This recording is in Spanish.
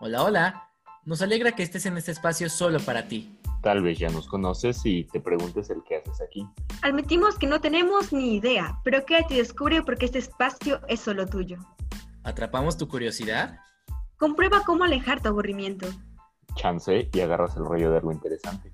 Hola, hola. Nos alegra que estés en este espacio solo para ti. Tal vez ya nos conoces y te preguntes el qué haces aquí. Admitimos que no tenemos ni idea, pero quédate y descubre porque este espacio es solo tuyo. ¿Atrapamos tu curiosidad? Comprueba cómo alejar tu aburrimiento. Chance y agarras el rollo de algo interesante.